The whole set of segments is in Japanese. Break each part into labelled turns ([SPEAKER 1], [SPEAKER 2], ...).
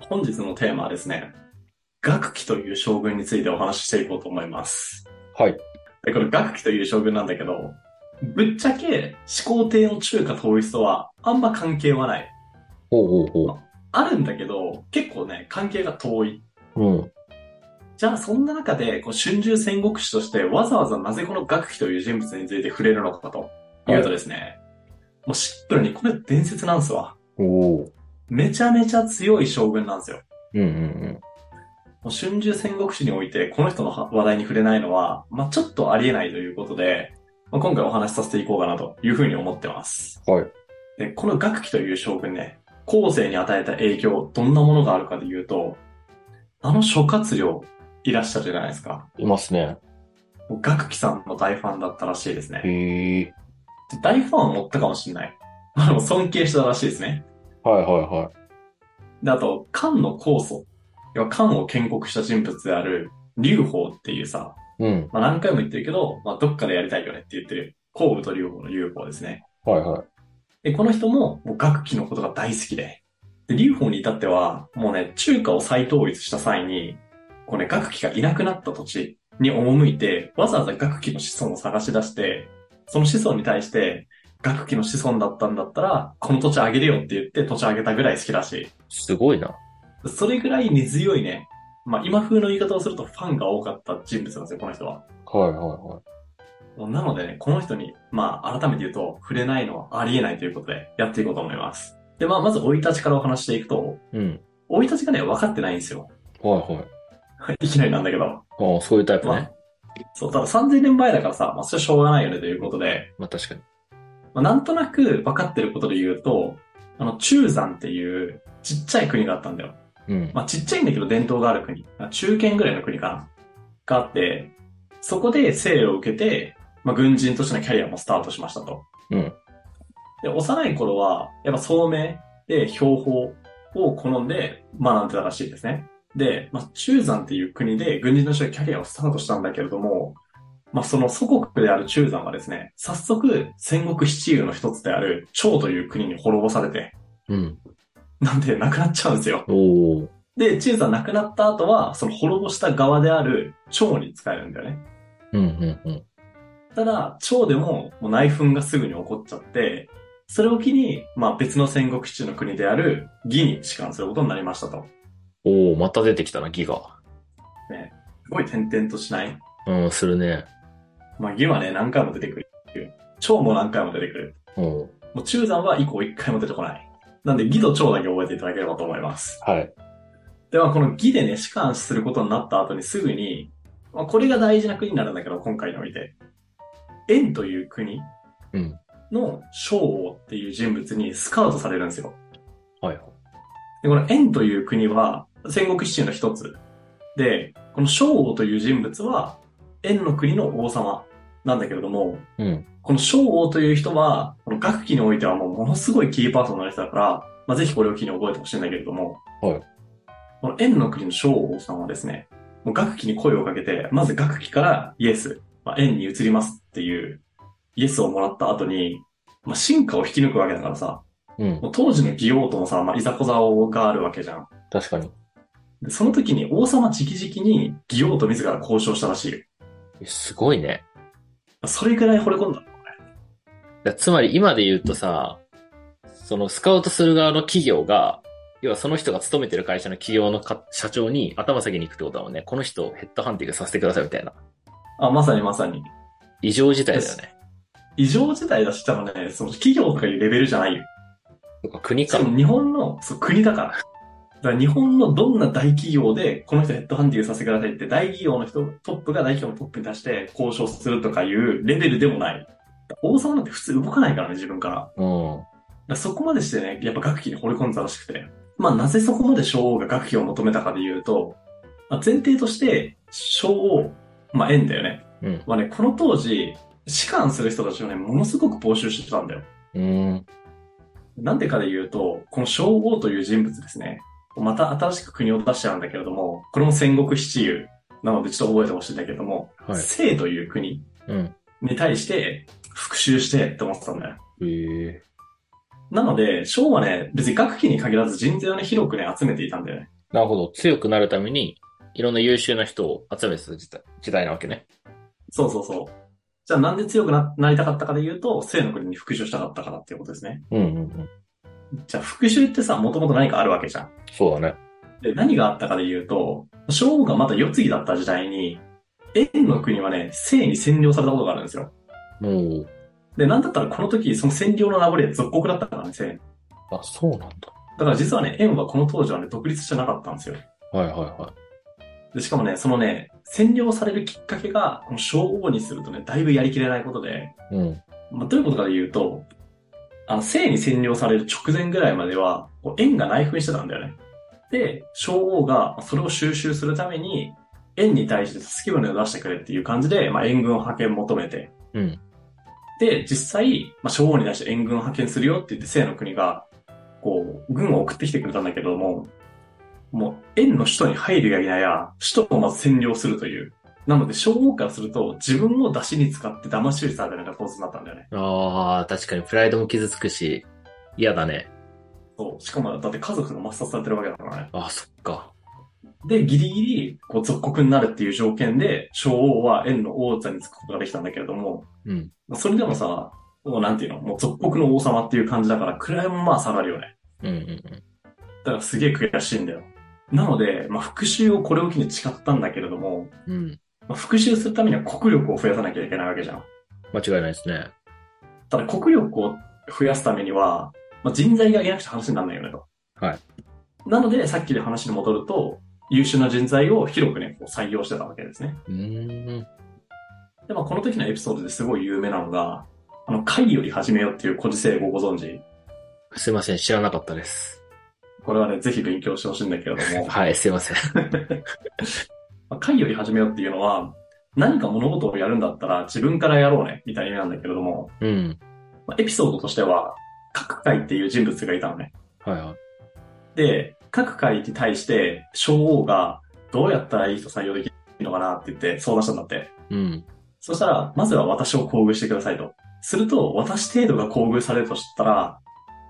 [SPEAKER 1] 本日のテーマはですね、学期という将軍についてお話ししていこうと思います。
[SPEAKER 2] はい。
[SPEAKER 1] で、これ学期という将軍なんだけど、ぶっちゃけ始皇帝の中華統一とはあんま関係はない。
[SPEAKER 2] ほうほうほ
[SPEAKER 1] あるんだけど、結構ね、関係が遠い。
[SPEAKER 2] う。うん。
[SPEAKER 1] じゃあそんな中で、こう春秋戦国史としてわざわざなぜこの学期という人物について触れるのかというとですね、もうシンプルにこれ伝説なんですわ。
[SPEAKER 2] おお。
[SPEAKER 1] めちゃめちゃ強い将軍なんですよ。
[SPEAKER 2] うんうん
[SPEAKER 1] もう春秋戦国史においてこの人の話題に触れないのは、まあ、ちょっとありえないということで、まあ、今回お話しさせていこうかなというふうに思ってます。
[SPEAKER 2] はい。
[SPEAKER 1] で、この学期という将軍ね、後世に与えた影響、どんなものがあるかで言うと、あの諸葛亮いらっしゃるじゃないですか。
[SPEAKER 2] うん。いますね。
[SPEAKER 1] もう学期さんの大ファンだったらしいですね。
[SPEAKER 2] へえ。
[SPEAKER 1] で大ファンを持ったかもしれない。あの、尊敬したらしいですね。
[SPEAKER 2] はいは
[SPEAKER 1] で、あと、漢の酵素。要は漢を建国した人物である、劉邦っていうさ、
[SPEAKER 2] いはい。うん。
[SPEAKER 1] まあ、何回も言ってるけど、まあ、どっかでやりたいよねって言ってる、神武と劉邦の劉邦ですね。
[SPEAKER 2] はいはい。
[SPEAKER 1] で、この人も、もう学期のことが大好きで。で、劉邦に至っては、もうね、中華を再統一した際に、こうね、学期がいなくなった土地に赴いて、わざわざ学期の子孫を探し出して、その子孫に対して、学期の子孫だったんだったら、この土地あげるよって言って土地あげたぐらい好きらしい。
[SPEAKER 2] すごいな。
[SPEAKER 1] それぐらい根強いね、まあ今風の言い方をするとファンが多かった人物なんですよ、この人は。
[SPEAKER 2] はいはいは
[SPEAKER 1] なのでね、この人に、まあ、改めて言うと、触れないのはありえないということで、やっていこうと思います。で、まあ、まず、生い立ちからお話していくと、
[SPEAKER 2] い。うん。
[SPEAKER 1] 生い立ちがね、分かってないんですよ。
[SPEAKER 2] はいはい。
[SPEAKER 1] いきなりなんだけど。
[SPEAKER 2] ああ、そういうタイプ
[SPEAKER 1] ま
[SPEAKER 2] ね
[SPEAKER 1] あ。、そう、ただ3000年前だからさ、まあ、それはしょうがないよねということで、
[SPEAKER 2] まあ確かに。
[SPEAKER 1] まあ、なんとなく分かってることで言うと、あの、中山っていう、ちっちゃい国があったんだよ。
[SPEAKER 2] うん。
[SPEAKER 1] まあ、ちっちゃいんだけど伝統がある国。まあ中堅ぐらいの国かな。があって、そこで生を受けて、まあ、軍人としてのキャリアもスタートしましたと。
[SPEAKER 2] うん。
[SPEAKER 1] で、幼い頃は、やっぱ聡明で標法を好んで学んでたらしいですね。で、まあ、中山っていう国で軍人としてキャリアをスタートしたんだけれども、まあ、その祖国である中山はですね、早速戦国七雄の一つである趙という国に滅ぼされて、
[SPEAKER 2] うん。
[SPEAKER 1] なんでなくなっちゃうんですよ。
[SPEAKER 2] おお。
[SPEAKER 1] で、中山亡くなった後は、その滅ぼした側である趙に使えるんだよね。
[SPEAKER 2] うんうんうん。
[SPEAKER 1] ただ、趙でももう内紛がすぐに起こっちゃって、それを機に、まあ別の戦国地の国である義に士官することになりましたと。
[SPEAKER 2] おお、また出てきたな、ギガ。
[SPEAKER 1] すごい転々としない。
[SPEAKER 2] うん、するね。
[SPEAKER 1] まあ義はね、何回も出てくる。趙も何回も出てくる。
[SPEAKER 2] おん。
[SPEAKER 1] もう中山は以降一回も出てこない。なんで義と趙だけ覚えていただければと思います。
[SPEAKER 2] はい。
[SPEAKER 1] で、まあ、この義でね、士官することになった後にすぐに、まあ、これが大事な国になるんだけど、今回において。燕という国
[SPEAKER 2] うん
[SPEAKER 1] の将王っていう人物にスカウトされるんですよ。
[SPEAKER 2] はいはい。
[SPEAKER 1] で、この燕という国は戦国七雄の一つ。で、この将王という人物は燕の国の王様なんだけれども、
[SPEAKER 2] うん。
[SPEAKER 1] この将王という人は、この学期においてはもうものすごいキーパーソンの人だから、まあ、ぜひこれを機に覚えてほしいんだけれども、
[SPEAKER 2] はい
[SPEAKER 1] この円の国の将王さんはですね、もう学期に声をかけて、まず学期からイエス、まあ、円に移りますっていうイエスをもらった後に、まあ、進化を引き抜くわけだからさ、
[SPEAKER 2] うん。
[SPEAKER 1] もう当時の義王とのさ、まあ、いざこざがあるわけじゃん。
[SPEAKER 2] 確かに。
[SPEAKER 1] でその時に王様直々に義王と自ら交渉したらしいよ。
[SPEAKER 2] えすごいね。
[SPEAKER 1] それくらい惚れ込んだ。
[SPEAKER 2] だつまり今で言うとさ、そのスカウトする側の企業が、要はその人が勤めてる会社の企業のか社長に頭下げに行くってことだもんね。この人をヘッドハンティングさせてくださいみたいな。
[SPEAKER 1] あ、まさにまさに。
[SPEAKER 2] 異常事態だよね。
[SPEAKER 1] 異常事態だし、多分ね、その企業とかいうレベルじゃないよ。
[SPEAKER 2] とか国
[SPEAKER 1] しか
[SPEAKER 2] か。
[SPEAKER 1] も日本の、そう、国だから。だから日本のどんな大企業で、この人ヘッドハンディングさせてくださいって、大企業の人、トップが大企業のトップに出して交渉するとかいうレベルでもない。王様なんて普通動かないからね、自分から。だか
[SPEAKER 2] うん。
[SPEAKER 1] らそこまでしてね、やっぱ学期に惚れ込んでたらしくて。まあ、なぜそこまで小王が学期を求めたかで言うと、まあ、前提として、小王、まあ、縁だよね。
[SPEAKER 2] うん。
[SPEAKER 1] まあね、この当時、士官する人たちをね、ものすごく募集してたんだよ。
[SPEAKER 2] うん。
[SPEAKER 1] なんでかで言うと、この称号という人物ですね。また新しく国を出しちゃうんだけれども、これも戦国七雄なのでちょっと覚えてほしいんだけども、
[SPEAKER 2] はい。
[SPEAKER 1] 清という国
[SPEAKER 2] うん。
[SPEAKER 1] に対して復讐してって思ってたんだよ。
[SPEAKER 2] へえ。
[SPEAKER 1] なので、将はね、別に学期に限らず人材をね、広くね、集めていたんだよね。
[SPEAKER 2] なるほど。強くなるために、いろんな優秀な人を集めてた時代時代なわけね。
[SPEAKER 1] そうそうそう。じゃあなんで強くななりたかったかで言うと、生の国に復讐したかったからっていうことですね。
[SPEAKER 2] うんうんうん。
[SPEAKER 1] じゃあ復讐ってさ、もともと何かあるわけじゃん。
[SPEAKER 2] そうだね。
[SPEAKER 1] で、何があったかで言うと、将軍がまだ世継ぎだった時代に、円の国はね、生に占領されたことがあるんですよ。
[SPEAKER 2] もう、
[SPEAKER 1] で、なんだったらこの時、その占領の名残で属国だったからね、清
[SPEAKER 2] あ、そうなんだ。
[SPEAKER 1] だから実はね、円はこの当時はね、独立してなかったんですよ。
[SPEAKER 2] はいはいは
[SPEAKER 1] で、しかもね、そのね、占領されるきっかけが、この称王にするとね、だいぶやりきれないことで、
[SPEAKER 2] い。うん。
[SPEAKER 1] まあ、どういうことかで言うと、あの、性に占領される直前ぐらいまでは、こう円が内紛してたんだよね。で、将王がそれを収集するために、円に対して助け舟を出してくれっていう感じで、まあ、援軍を派遣求めて。
[SPEAKER 2] うん。
[SPEAKER 1] で、実際、まあ、将王に対して援軍を派遣するよって言って、西の国が、こう、軍を送ってきてくれたんだけども、もう、円の首都に入るやいなや、首都をまず占領するという。なので、将王からすると、自分を出しに使って騙し取りされたような構図になったんだよね。
[SPEAKER 2] ああ、確かにプライドも傷つくし、嫌だね。
[SPEAKER 1] そう。しかも、だって家族が抹殺されてるわけだからね。
[SPEAKER 2] ああ、そっか。
[SPEAKER 1] で、ギリギリ、こう、属国になるっていう条件で、小王は円の王座につくことができたんだけれども、
[SPEAKER 2] うん。
[SPEAKER 1] それでもさ、もうなんていうの、もう属国の王様っていう感じだから、位もまあ下がるよね。
[SPEAKER 2] うんうん
[SPEAKER 1] だからすげえ悔しいんだよ。なので、まあ、復讐をこれを機に誓ったんだけれども、
[SPEAKER 2] うん。うん。
[SPEAKER 1] まあ、復讐するためには国力を増やさなきゃいけないわけじゃん。
[SPEAKER 2] 間違いないですね。
[SPEAKER 1] ただ国力を増やすためには、まあ、人材がいなくて話にならないよねと。
[SPEAKER 2] はい。
[SPEAKER 1] なので、さっきで話に戻ると、優秀な人材を広くね、こう採用してたわけですね。
[SPEAKER 2] うーん。
[SPEAKER 1] で、まあ、この時のエピソードですごい有名なのが、あの、会より始めよっていう古事成語ご存知。
[SPEAKER 2] すいません、知らなかったです。
[SPEAKER 1] これはね、ぜひ勉強してほしいんだけれど も、
[SPEAKER 2] はい、すいません。
[SPEAKER 1] まあ、会より始めよっていうのは、何か物事をやるんだったら自分からやろうね、みたいな意味なんだけれども、
[SPEAKER 2] うん。
[SPEAKER 1] まあ、エピソードとしては、各界っていう人物がいたのね。
[SPEAKER 2] はいはい。
[SPEAKER 1] で、各会に対して、小王がどうやったらいい人採用できるのかなって言って相談したんだって。
[SPEAKER 2] うん。
[SPEAKER 1] そしたら、まずは私を厚遇してくださいと。すると、私程度が厚遇されるとしたら、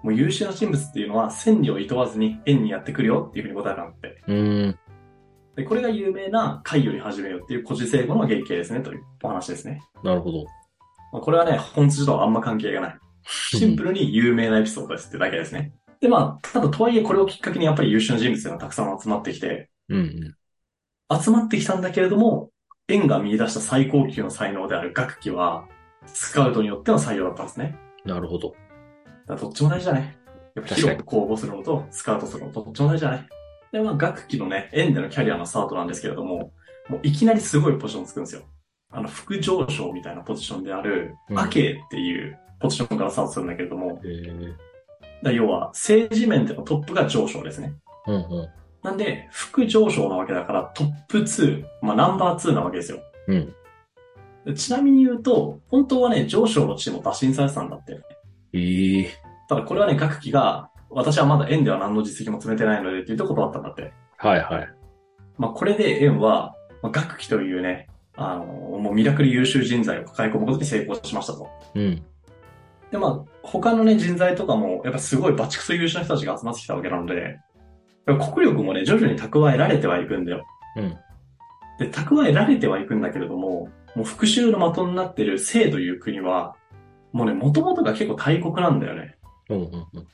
[SPEAKER 1] もう優秀な人物っていうのは、千里を厭わずに縁にやってくるよっていうふうに答えたんだって。
[SPEAKER 2] うーん。
[SPEAKER 1] で、これが有名な、会より始めよっていう古事成語の原型ですね、というお話ですね。
[SPEAKER 2] なるほど。
[SPEAKER 1] まあこれはね、本筋とはあんま関係がない。シンプルに有名なエピソードですってだけですね。で、まあ、ただとはいえこれをきっかけにやっぱり優秀な人物がたくさん集まってきて、
[SPEAKER 2] うんうん。
[SPEAKER 1] 集まってきたんだけれども、円が見出した最高級の才能である楽器は、スカウトによっての採用だったんですね。
[SPEAKER 2] なるほど。
[SPEAKER 1] だからどっちも大事だね。やっぱ
[SPEAKER 2] 確か
[SPEAKER 1] 広
[SPEAKER 2] に
[SPEAKER 1] く公募するのとスカウトするのとどっちも大事だね。で、まあ、楽器のね、円でのキャリアのスタートなんですけれども、もういきなりすごいポジションつくんですよ。あの、副上昇みたいなポジションである
[SPEAKER 2] う、ん
[SPEAKER 1] アケーっていうポジションからスタートするんだけれども、だか
[SPEAKER 2] へえ。うん
[SPEAKER 1] ら要は政治面でのトップが上昇ですね。
[SPEAKER 2] うん。
[SPEAKER 1] なんで、副上昇なわけだからトップ2、まあナンバー2なわけですよ。
[SPEAKER 2] うん。
[SPEAKER 1] でちなみに言うと、本当はね、上昇の地も打診されてたんだって。
[SPEAKER 2] ええ。
[SPEAKER 1] ただこれはね、学期が、私はまだ円では何の実績も積めてないのでって言って断ったんだって。
[SPEAKER 2] はいはい。
[SPEAKER 1] まあこれで円は、まあ、学期というね、あのもうミラクル優秀人材を抱え込むことに成功しましたと。
[SPEAKER 2] うん。
[SPEAKER 1] で、まあ、他のね、人材とかも、やっぱすごいバチクソ優秀な人たちが集まってきたわけなので、やっぱ国力もね、徐々に蓄えられてはいくんだよ。
[SPEAKER 2] うん。
[SPEAKER 1] で、蓄えられてはいくんだけれども、もう復讐の的になってる清という国は、もうね、元々が結構大国なんだよね。
[SPEAKER 2] うんうんうん。
[SPEAKER 1] だか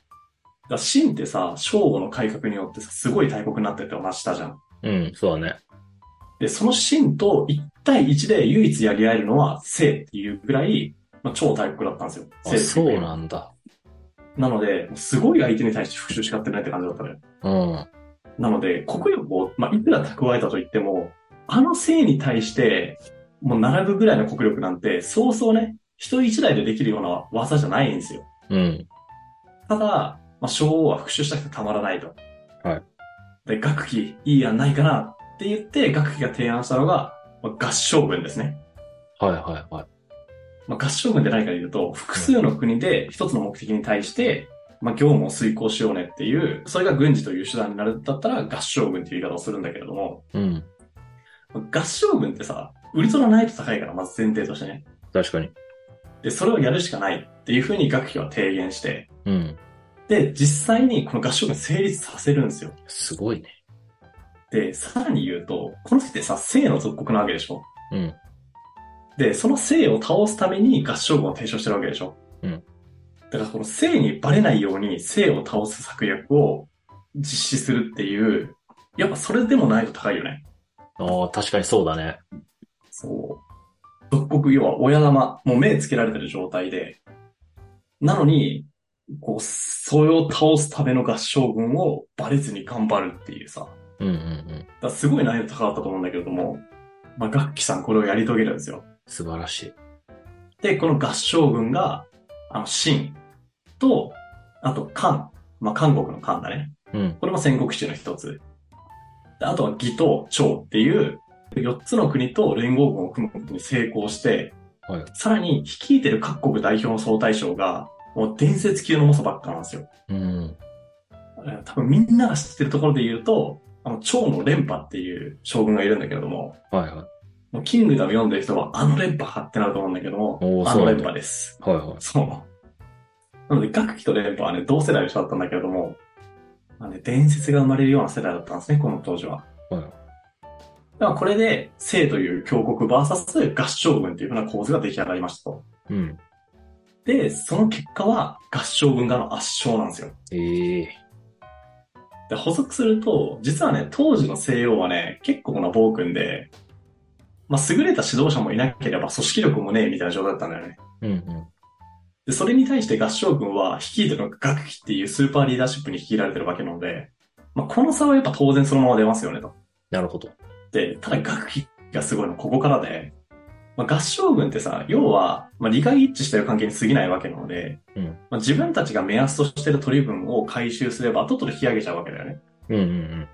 [SPEAKER 1] ら秦ってさ、正午の改革によってさ、すごい大国になってって話したじゃん。
[SPEAKER 2] うん、そうだね。
[SPEAKER 1] で、その秦と1対1で唯一やり合えるのは清っていうぐらい、まあ、超大国だったんですよ。
[SPEAKER 2] あ、そう
[SPEAKER 1] の
[SPEAKER 2] なんだ。
[SPEAKER 1] なので、もうすごい相手に対して復讐しかってないって感じだったね。
[SPEAKER 2] うん。
[SPEAKER 1] なので、国力を、まあ、いくら蓄えたと言っても、あの性に対して、もう並ぶぐらいの国力なんて、そうそうね、人一台でできるような技じゃないんですよ。
[SPEAKER 2] うん。
[SPEAKER 1] ただ、まあ、昭王は復讐したくてたまらないと。
[SPEAKER 2] はい。
[SPEAKER 1] で、学期、いい案ないかなって言って、学期が提案したのが、まあ合唱軍ですね。
[SPEAKER 2] はいはいはい。
[SPEAKER 1] まあ、合唱軍で何かで言うと、複数の国で一つの目的に対して、まあ、業務を遂行しようねっていう、それが軍事という手段になるんだったら、合唱軍っていう言い方をするんだけれども、
[SPEAKER 2] うん。
[SPEAKER 1] 合唱軍ってさ、ウルトラナイト高いから、まず前提としてね。
[SPEAKER 2] 確かに。
[SPEAKER 1] で、それをやるしかないっていうふうに学費は提言して、
[SPEAKER 2] うん。
[SPEAKER 1] で、実際にこの合唱軍成立させるんですよ。
[SPEAKER 2] すごいね。
[SPEAKER 1] で、さらに言うと、この人ってさ、性の属国なわけでしょ
[SPEAKER 2] うん。
[SPEAKER 1] で、その性を倒すために合唱軍を提唱してるわけでしょ
[SPEAKER 2] うん。
[SPEAKER 1] だからこの性にバレないように性を倒す策略を実施するっていう、やっぱそれでもないと高いよね。
[SPEAKER 2] ああ、確かにそうだね。
[SPEAKER 1] そう。属国、要は親玉、もう目つけられてる状態で、なのに、こう、それを倒すための合唱軍をバレずに頑張るっていうさ、
[SPEAKER 2] うんうんうん。
[SPEAKER 1] だからすごい難易度高かったと思うんだけれども、まあ、楽器さんこれをやり遂げるんですよ。
[SPEAKER 2] 素晴らしい。
[SPEAKER 1] で、この合唱軍が、あの、秦と、あと、韓。まあ、韓国の韓だね。
[SPEAKER 2] うん。
[SPEAKER 1] これも戦国史の一つ。であとは、義と趙っていう、4つの国と連合軍を組むことに成功して、
[SPEAKER 2] はい
[SPEAKER 1] さらに率いてる各国代表の総大将が、もう伝説級の猛者ばっかなんですよ。
[SPEAKER 2] うん。
[SPEAKER 1] えー多分みんなが知ってるところで言うと、あの、趙の連覇っていう将軍がいるんだけれども、
[SPEAKER 2] はいはい。
[SPEAKER 1] もうキングダム読んでる人は、あの連覇かってなると思うんだけど
[SPEAKER 2] お
[SPEAKER 1] も
[SPEAKER 2] ー、
[SPEAKER 1] あ
[SPEAKER 2] そう
[SPEAKER 1] の
[SPEAKER 2] なん
[SPEAKER 1] 連
[SPEAKER 2] だ
[SPEAKER 1] 覇です。
[SPEAKER 2] はいはい。
[SPEAKER 1] そう。なので、学期と連覇はね、同世代の人だったんだけれども、まあね、伝説が生まれるような世代だったんですね、この当時は。
[SPEAKER 2] はい
[SPEAKER 1] だからこれで、聖という峡谷 VS 合唱軍っていうふうな構図が出来上がりましたと。
[SPEAKER 2] うん。
[SPEAKER 1] で、その結果は合唱軍側の圧勝なんですよ。
[SPEAKER 2] ええ
[SPEAKER 1] で、補足すると、実はね、当時の西洋はね、結構な暴君で、まあ、優れた指導者もいなければ組織力もねえみたいな状態だったんだよね。
[SPEAKER 2] うんうん。
[SPEAKER 1] で、それに対して合唱軍は率いてるのが学期っていうスーパーリーダーシップに率いられてるわけなので、まあ、この差はやっぱ当然そのまま出ますよねと。
[SPEAKER 2] なるほど。
[SPEAKER 1] で、ただ学期がすごいのはここからで、まあ、合唱軍ってさ、要は、まあ、利害一致してる関係に過ぎないわけなので、
[SPEAKER 2] うん
[SPEAKER 1] まあ、自分たちが目安としてる取り分を回収すれば後々引き上げちゃうわけだよね。
[SPEAKER 2] うんうんうん。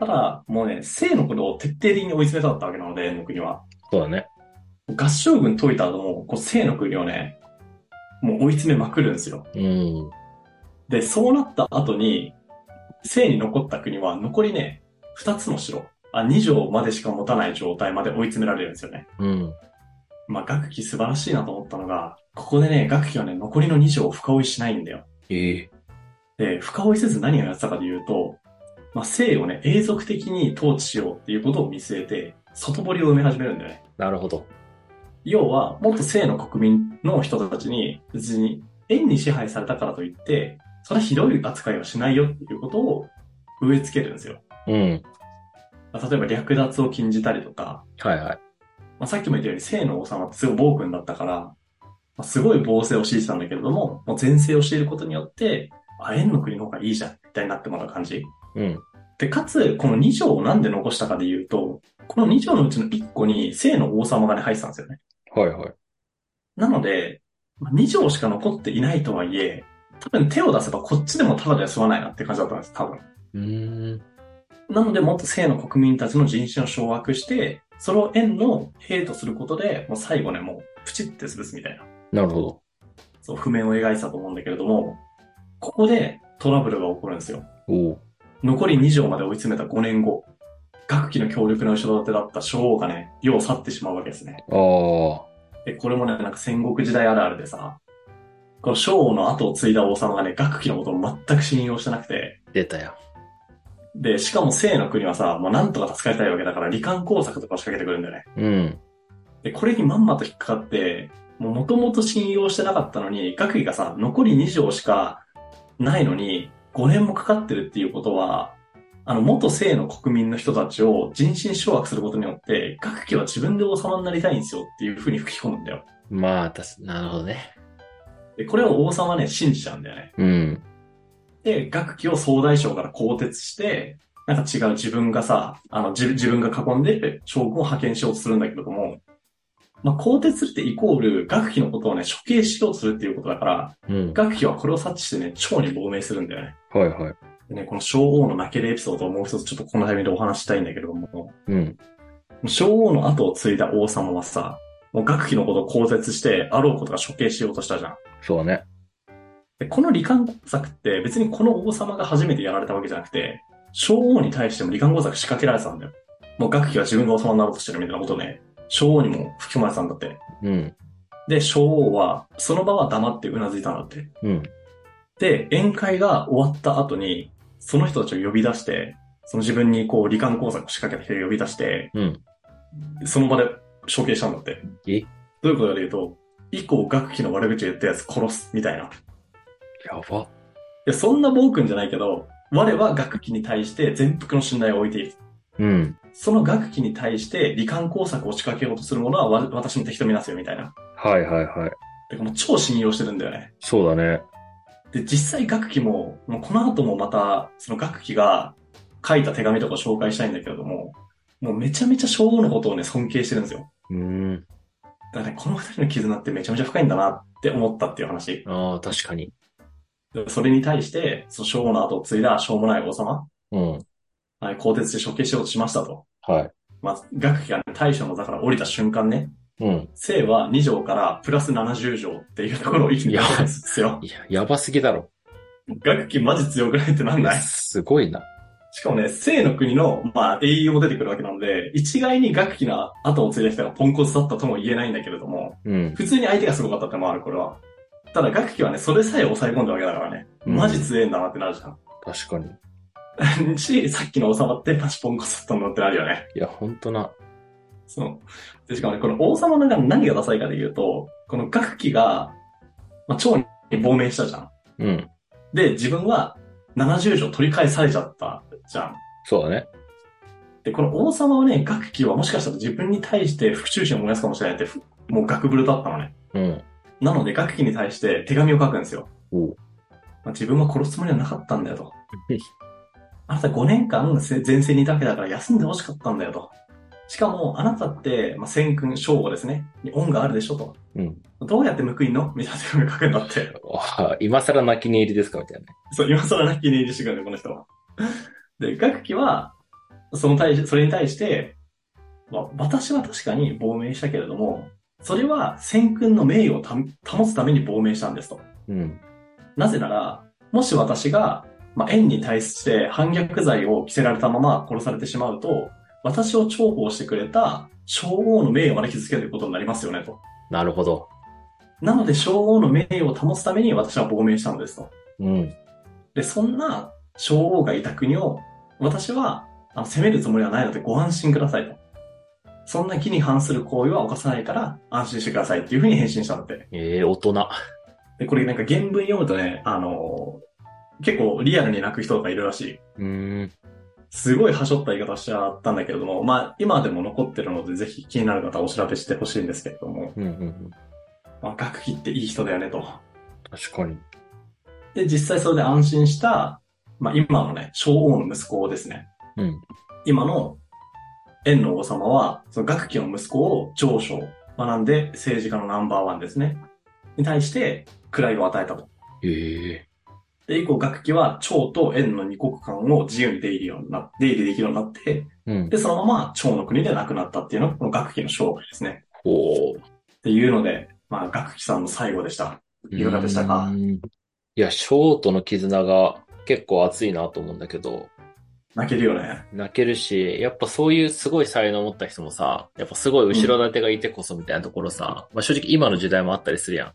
[SPEAKER 1] ただ、もうね、性のことを徹底的に追い詰めたかったわけなので、の国は。
[SPEAKER 2] そうだね。
[SPEAKER 1] 合唱軍解いた後も、こう、性の国をね、もう追い詰めまくるんですよ。
[SPEAKER 2] うん。
[SPEAKER 1] で、そうなった後に、生に残った国は残りね、二つの城、あ、二条までしか持たない状態まで追い詰められるんですよね。
[SPEAKER 2] うん。
[SPEAKER 1] まあ、学期素晴らしいなと思ったのが、ここでね、学期はね、残りの二条を深追いしないんだよ。
[SPEAKER 2] ええ
[SPEAKER 1] で、深追いせず何をやってたかというと、まあ、生をね、永続的に統治しようっていうことを見据えて、外堀を埋め始めるんだよね。
[SPEAKER 2] なるほど。
[SPEAKER 1] 要は、もっと性の国民の人たちに、別に、円に支配されたからといって、それはひどい扱いはしないよっていうことを植え付けるんですよ。
[SPEAKER 2] うん。
[SPEAKER 1] まあ例えば略奪を禁じたりとか、
[SPEAKER 2] はいはい。
[SPEAKER 1] まあ、さっきも言ったように性の王様ってすごい暴君だったから、まあ、すごい暴政を強いてたんだけれども、もう善政をしていることによって、あ、円の国の方がいいじゃん、みたいになってもらう感じ。
[SPEAKER 2] うん。
[SPEAKER 1] で、かつ、この2条をなんで残したかで言うと、この2条のうちの1個に性の王様がね、入ってたんですよね。
[SPEAKER 2] はいはい。
[SPEAKER 1] なので、まあ2条しか残っていないとはいえ、多分手を出せばこっちでもただでは済まないなって感じだったんです、多分。
[SPEAKER 2] うん。
[SPEAKER 1] なので、もっと性の国民たちの人種を掌握して、それを円の兵とすることで、もう最後ね、もうプチって潰すみたいな、
[SPEAKER 2] なるほど。
[SPEAKER 1] そう、譜面を描いてたと思うんだけれども、ここでトラブルが起こるんですよ。
[SPEAKER 2] おお。
[SPEAKER 1] 残り2条まで追い詰めた5年後、学期の強力な後ろ盾だった昭王がね、世を去ってしまうわけですね。
[SPEAKER 2] あ
[SPEAKER 1] で、これもね、なんか戦国時代あるあるでさ、この昭王の後を継いだ王様がね、学期のことを全く信用してなくて、
[SPEAKER 2] あ、出たよ。
[SPEAKER 1] で、しかも聖の国はさ、もうなんとか助かりたいわけだから、罹患工作とかを仕掛けてくるんだよね。
[SPEAKER 2] うん。
[SPEAKER 1] で、これにまんまと引っかかって、もう元々信用してなかったのに、学位がさ、残り2条しかないのに、5年もかかってるっていうことは、あの、元姓の国民の人たちを人心掌握することによって、学期は自分で王様になりたいんですよっていうふうに吹き込むんだよ。
[SPEAKER 2] まあ、たし、なるほどね。
[SPEAKER 1] で、これを王様はね、信じちゃうんだよね。
[SPEAKER 2] うん。
[SPEAKER 1] で、学期を総大将から更迭して、なんか違う自分がさ、あの、自自分が囲んで将軍を派遣しようとするんだけれども、まあ、更迭するってイコール、学期のことをね、処刑しようとするっていうことだから、
[SPEAKER 2] うん。
[SPEAKER 1] 学期はこれを察知してね、蝶に亡命するんだよね。
[SPEAKER 2] はいはい。
[SPEAKER 1] でね、この小王の泣けるエピソードをもう一つちょっとこのタイミングでお話ししたいんだけれども、
[SPEAKER 2] うん。
[SPEAKER 1] 小王の後を継いだ王様はさ、もう学期のことを更迭して、あろうことが処刑しようとしたじゃん。
[SPEAKER 2] そうだね。
[SPEAKER 1] で、この罹患工作って別にこの王様が初めてやられたわけじゃなくて、昭王に対しても罹患工作仕掛けられてたんだよ。もう学期は自分が王様になろうとしてるみたいなことね、昭王にも吹き込まれてたんだって。
[SPEAKER 2] うん。
[SPEAKER 1] で、昭王は、その場は黙ってうなずいたんだって。
[SPEAKER 2] うん。
[SPEAKER 1] で、宴会が終わった後に、その人たちを呼び出して、その自分にこう、理科の講座を仕掛けた人を呼び出して、
[SPEAKER 2] うん。
[SPEAKER 1] その場で処刑したんだって。
[SPEAKER 2] えや
[SPEAKER 1] どういうことかというと、以降、学期の悪口を言ったやつ殺す、みたいな。い
[SPEAKER 2] ば。
[SPEAKER 1] や、そんな暴君じゃないけど、我は学期に対して全幅の信頼を置いている。
[SPEAKER 2] うん。
[SPEAKER 1] その学期に対して、罹患工作を仕掛けようとするものはわ私の敵と見なすよ、みたいな。
[SPEAKER 2] はいはいはい。
[SPEAKER 1] てかもう超信用してるんだよね。
[SPEAKER 2] そうだね。
[SPEAKER 1] で、実際学期も、もうこの後もまた、その学期が書いた手紙とかを紹介したいんだけれども、もうめちゃめちゃ昭和のことをね、尊敬してるんですよ。
[SPEAKER 2] うん。
[SPEAKER 1] だからね、この二人の絆ってめちゃめちゃ深いんだなって思ったっていう話。
[SPEAKER 2] ああ、確かに。
[SPEAKER 1] でそれに対して、その昭和の後を継いだしょうもない王様、
[SPEAKER 2] うん。
[SPEAKER 1] はい、鋼鉄で処刑しようとしましたと。
[SPEAKER 2] は
[SPEAKER 1] まあ、学期がね、大将の座から降りた瞬間ね、
[SPEAKER 2] い。うん。
[SPEAKER 1] 生は2条からプラス70条っていうところを一気に出したんですよ。
[SPEAKER 2] いや、やばすぎだろ。
[SPEAKER 1] 楽器マジ強くないってなんない
[SPEAKER 2] すごいな。
[SPEAKER 1] しかもね、生の国の、まあ、英雄も出てくるわけなので、一概に楽器の後を継いだ人がポンコツだったとも言えないんだけれども、
[SPEAKER 2] うん。
[SPEAKER 1] 普通に相手がすごかったってのもある、これは。ただ、楽器はね、それさえ抑え込んだわけだからね、
[SPEAKER 2] うん
[SPEAKER 1] マジ強えんだ なってなるじゃ
[SPEAKER 2] 確かに。
[SPEAKER 1] ん。し、さっきの王様ってマジポンコツだったんだってなるよね。
[SPEAKER 2] いや、ほんとな。
[SPEAKER 1] そう。で、しかもね、この王様の中の何がダサいかで言うと、この楽器が、まあ、蝶に亡命したじゃん。
[SPEAKER 2] うん。
[SPEAKER 1] で、自分は70条取り返されちゃったじゃん。
[SPEAKER 2] そうだね。
[SPEAKER 1] で、この王様はね、学期はもしかしたら自分に対して復讐心を燃やすかもしれないって、ふもう学ブルだったのね。
[SPEAKER 2] うん。
[SPEAKER 1] なので、学期に対して手紙を書くんですよ。
[SPEAKER 2] おう
[SPEAKER 1] まあ、自分は殺すつもりはなかったんだ よと。あなた5年間せ前線にいたわけだから休んでほしかったんだよと。しかも、あなたって、まあ、千君、正吾ですね。に恩があるでしょと。
[SPEAKER 2] うん。
[SPEAKER 1] どうやって報いんのみたいな手紙を書くんだって。
[SPEAKER 2] あ今更泣き寝入りですかみたいなね。
[SPEAKER 1] そう、今更泣き寝入りしてくるね、この人は。で、学期は、その対し、それに対して、まあ、私は確かに亡命したけれども、それは先君の名誉をた保つために亡命したんですと。
[SPEAKER 2] うん。
[SPEAKER 1] なぜなら、もし私が、まあ、縁に対して反逆罪を着せられたまま殺されてしまうと、私を重宝してくれた称王の名誉まで傷つけることになりますよねと。
[SPEAKER 2] なるほど。
[SPEAKER 1] なので、称王の名誉を保つために私は亡命したんですと。
[SPEAKER 2] うん。
[SPEAKER 1] で、そんな小王がいた国を、私はあの責めるつもりはないのでご安心くださいと。そんな義に反する行為は犯さないから安心してくださいっていうふうに返信したんだって。
[SPEAKER 2] ええ大人。
[SPEAKER 1] で、これなんか原文読むとね、あのー結構リアルに泣く人とかいるらしい。
[SPEAKER 2] うん。
[SPEAKER 1] すごい端折った言い方しちゃったんだけれども、まあ今でも残ってるのでぜひ気になる方はお調べしてほしいんですけれども、
[SPEAKER 2] うんうんうん。
[SPEAKER 1] まあ学費っていい人だよねと。
[SPEAKER 2] 確かに。
[SPEAKER 1] で、実際それで安心した、まあ今のね、小王の息子をですね、
[SPEAKER 2] うん。
[SPEAKER 1] 今の円の王様は、その学期の息子を上昇、学んで政治家のナンバーワンですね。に対して、位を与えたと。
[SPEAKER 2] ええ
[SPEAKER 1] で、以降、学期は長と円の二国間を自由に出入りようにな出入りできるようになって、
[SPEAKER 2] うん。
[SPEAKER 1] で、そのまま長の国で亡くなったっていうのが、この学期の生涯ですね。
[SPEAKER 2] おー
[SPEAKER 1] っていうので、まあ、学期さんの最後でした。いかがでしたか
[SPEAKER 2] うんいや、ショートの絆が結構熱いなと思うんだけど、
[SPEAKER 1] 泣けるよね。
[SPEAKER 2] 泣けるし、やっぱそういうすごい才能を持った人もさ、やっぱすごい後ろ盾がいてこそみたいなところさ、まあ正直今の時代もあったりするやん。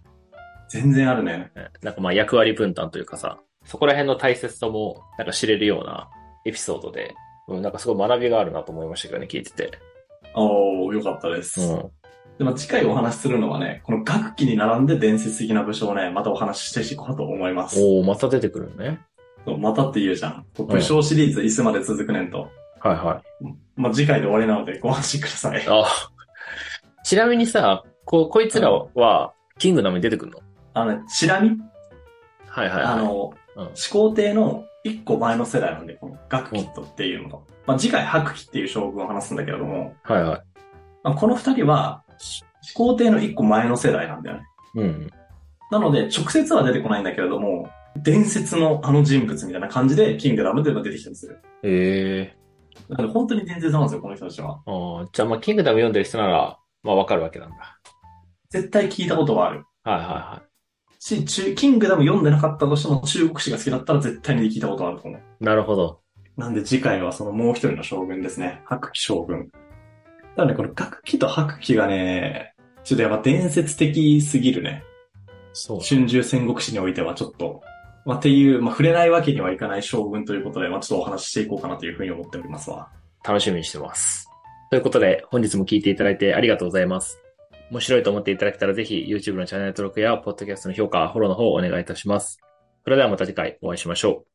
[SPEAKER 1] 全然あるね。
[SPEAKER 2] なんかまあ役割分担というかさ、そこら辺の大切さもなんか知れるようなエピソードで、うん、なんかすごい学びがあるなと思いましたけどね、聞いてて。
[SPEAKER 1] おー、よかったです。
[SPEAKER 2] うん。
[SPEAKER 1] でも、次回お話しするのはね、この学期に並んで伝説的な武将をね、またお話ししていこうと思います。
[SPEAKER 2] おおまた出てくるね。
[SPEAKER 1] そうまたって言うじゃん。武将シリーズいつまで続くねんと。
[SPEAKER 2] はいはい。
[SPEAKER 1] まあ、次回で終わりなのでご安心くださ い。
[SPEAKER 2] あちなみにさ、こ、こいつらは、キングダムに出てくるの
[SPEAKER 1] あのね、チラミ、
[SPEAKER 2] はいはいはい。
[SPEAKER 1] あの、
[SPEAKER 2] うん
[SPEAKER 1] 始皇帝の一個前の世代なんで、この学期とっていうのと。まあ、次回白起っていう将軍を話すんだけれども、
[SPEAKER 2] はいはい。
[SPEAKER 1] まあ、この二人は始皇帝の一個前の世代なんだよね。
[SPEAKER 2] うん。
[SPEAKER 1] なので、直接は出てこないんだけれども、伝説のあの人物みたいな感じで、キングダムで出てきたりする。
[SPEAKER 2] ええ
[SPEAKER 1] なので、本当に伝説なんですよ、この人たちは。
[SPEAKER 2] ああ、じゃあまあ、キングダム読んでる人なら、まあわかるわけなんだ。
[SPEAKER 1] 絶対聞いたことはある。
[SPEAKER 2] はいはいは
[SPEAKER 1] し、中、キングダム読んでなかったとしても中国史が好きだったら絶対に聞いたことあると思う。
[SPEAKER 2] い。なるほど。
[SPEAKER 1] なんで次回はそのもう一人の将軍ですね。白起将軍。なのでこの白起と白起がね、ちょっとやっぱ伝説的すぎるね。
[SPEAKER 2] そう。
[SPEAKER 1] 春秋戦国史においてはちょっと、まあ、っていう、まあ、触れないわけにはいかない将軍ということで、まあ、ちょっとお話ししていこうかなというふうに思っておりますわ。
[SPEAKER 2] 楽しみにしてます。ということで、本日も聞いていただいてありがとうございます。面白いと思っていただけたらぜひ YouTube のチャンネル登録や Podcast の評価、フォローの方をお願いいたします。それではまた次回お会いしましょう。